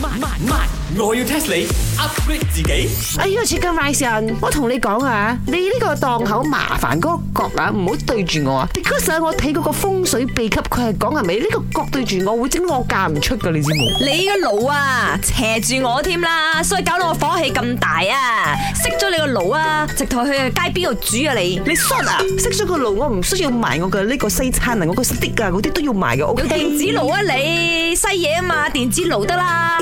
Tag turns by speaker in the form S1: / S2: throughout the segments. S1: 慢慢慢，我要 test 你 upgrade 自己。
S2: 哎呀，Chicken Rice 人，我同你講啊，你呢個檔口麻煩嗰個角啊，唔好對住我啊。Because 啊我睇嗰個風水秘笈，佢係講係咪呢個角對住我會整到我嫁唔出噶，你知冇？
S3: 你個爐啊，斜住我添啦，所以搞到我火氣咁大啊！熄咗你個爐啊，直頭去街邊度煮啊你！
S2: 你 short 啊，熄咗個爐，我唔需要埋我嘅呢個西餐啊，我個 stick 啊嗰啲都要埋嘅。
S3: 用
S2: OK，
S3: 電子爐啊你，西嘢啊嘛，電子爐得啦。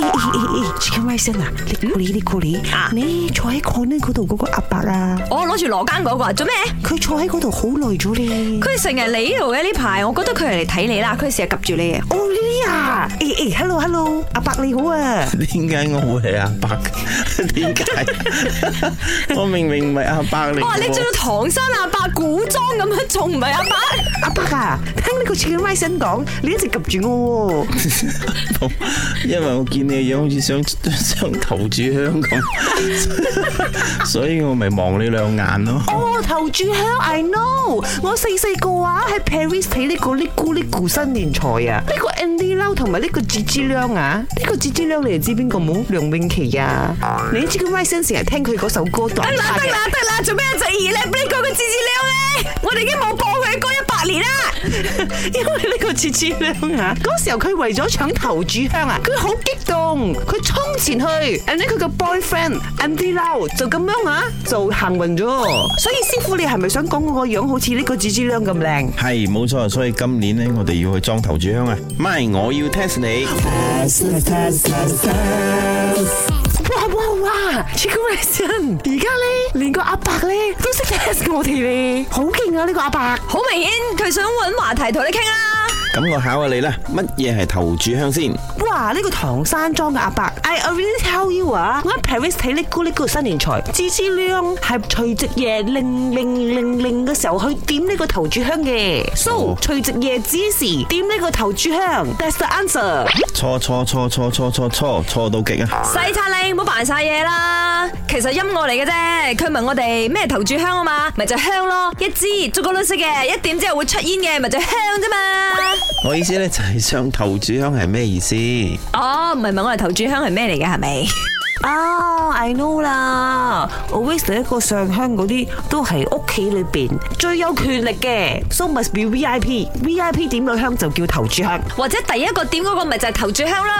S2: Chicken Rice 啊，你顧你你顧你，你坐喺 corner 嗰度嗰個阿伯啊，
S3: 我攞住羅庚嗰個啊做咩？
S2: 佢坐喺嗰度好耐咗咧。
S3: 佢成日嚟呢度嘅呢排，我覺得佢係嚟睇你啦，佢成日及住你嘅。
S2: 哦呢啲啊，誒誒，hello hello，阿伯你好啊。
S4: 點解我會係阿伯？ 點解？ 我明明唔係阿伯嚟嘅喎。
S1: 哦
S3: 哇！哦你着到唐山阿伯古裝咁樣，仲唔係阿伯？
S2: 阿伯啊，聽呢個 Chicken Rice 講，你一直及住我喎。
S4: 因為我見你嘅樣好似想 想投住香咁， 所以我咪望你兩眼咯。
S2: 哦，頭炷香，I know。我細細個啊喺 Paris 睇呢個呢咕呢咕新年賽啊，呢個 Andy Lau 同埋呢個 Gigi 亮啊，呢個 Gigi 亮你哋知邊個冇？梁詠琪啊，你 Chicken Rice 成日聽佢嗰首歌代
S3: 得啦
S2: 拍
S3: 得
S2: 嘅
S3: 啦得啦，做咩啊仔兒咧？俾你講個字字料咧，我哋已經冇播佢歌一百年啦。
S2: 因為呢個切切亮啊，嗰時候佢為咗搶頭炷香啊，佢好激動，佢衝前去，and then 佢個 boyfriend Andy Lau 就咁樣啊，就行運咗。所以師傅你係咪想講我個樣好似呢個切切亮咁靚？
S4: 係冇錯，所以今年呢，我哋要去裝頭炷香啊！唔係，我要 test 你。
S2: 哇哇哇！Chicken Rice 人，而家咧連個阿伯咧都識 test 我哋咧，好勁啊！呢個阿伯，
S3: 好明顯，佢想揾話題同你傾啦。
S4: 咁我考下你啦，乜嘢係頭炷香先？
S2: 哇！呢個唐山莊嘅阿伯，I already tell you 啊！我喺 Paris 睇呢咕呢咕新年財，芝芝亮係除夕夜零零零零嘅時候去點呢個頭炷香嘅，so 哦除夕夜子時點呢個頭炷香，that's the answer。
S4: 錯錯錯錯錯錯錯錯到極啊！
S3: 西餐你唔好扮晒嘢啦，其實音樂嚟嘅啫。佢問我哋咩頭炷香啊嘛，咪就香咯，一支朱古力色嘅，一點之後會出煙嘅，咪就香啫嘛。
S4: 我意思呢，就係上頭炷香係咩意思？
S3: 哦，唔係問我哋頭炷香係咩嚟嘅係咪？
S2: 啊、i know 啦，always 第一個上香嗰啲都係屋企裏邊最有權力嘅，so must be VIP。VIP 點咗香就叫頭炷 香。
S3: 或者第一個點嗰個咪就係頭炷香咯。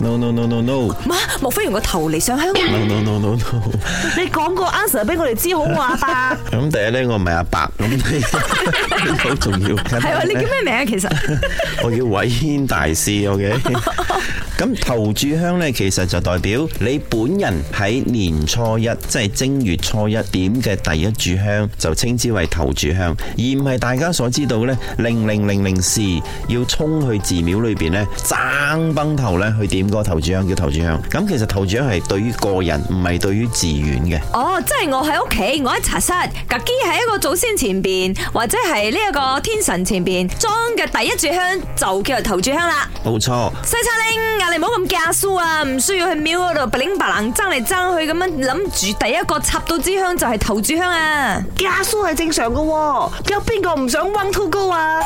S4: No no no no no
S3: 媽，莫非用個頭嚟上香？啊
S4: no no no no no。
S2: 你講個 answer 俾我哋知好唔好啊，阿伯？
S4: 咁第一咧，我唔係阿伯，咁呢個好重要。 係
S3: 係喎，你叫咩名啊？其實
S4: 我叫偉軒大師，OK。咁頭炷香呢，其實就代表你本人喺年初一，即係正月初一點嘅第一炷香，就稱之為頭炷香，而唔係大家所知道呢，零零零零時要衝去寺廟裏邊呢，爭崩頭呢去點嗰個頭炷香叫頭炷香。咁其實頭炷香係對於個人，唔係對於寺院嘅。
S3: 哦，即係我喺屋企，我喺茶室，格基喺一個祖先前邊，或者係呢一個天神前邊裝嘅第一炷香，就叫做頭炷香啦。
S4: 冇錯。
S3: 西餐拎，嗌你唔好咁架蘇啊，唔需要去廟嗰度白領白冷爭嚟爭去咁樣諗住第一個插到支香就係頭炷香啊！
S2: 加蘇係正常嘅喎，有邊個唔想 one two go 啊？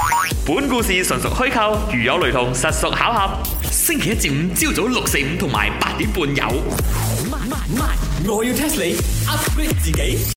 S1: 本故事純屬虛構，如有雷同，實屬巧合。星期一至五朝早六四五同埋八點半有。慢慢慢，我要 test 你 upgrade 自己。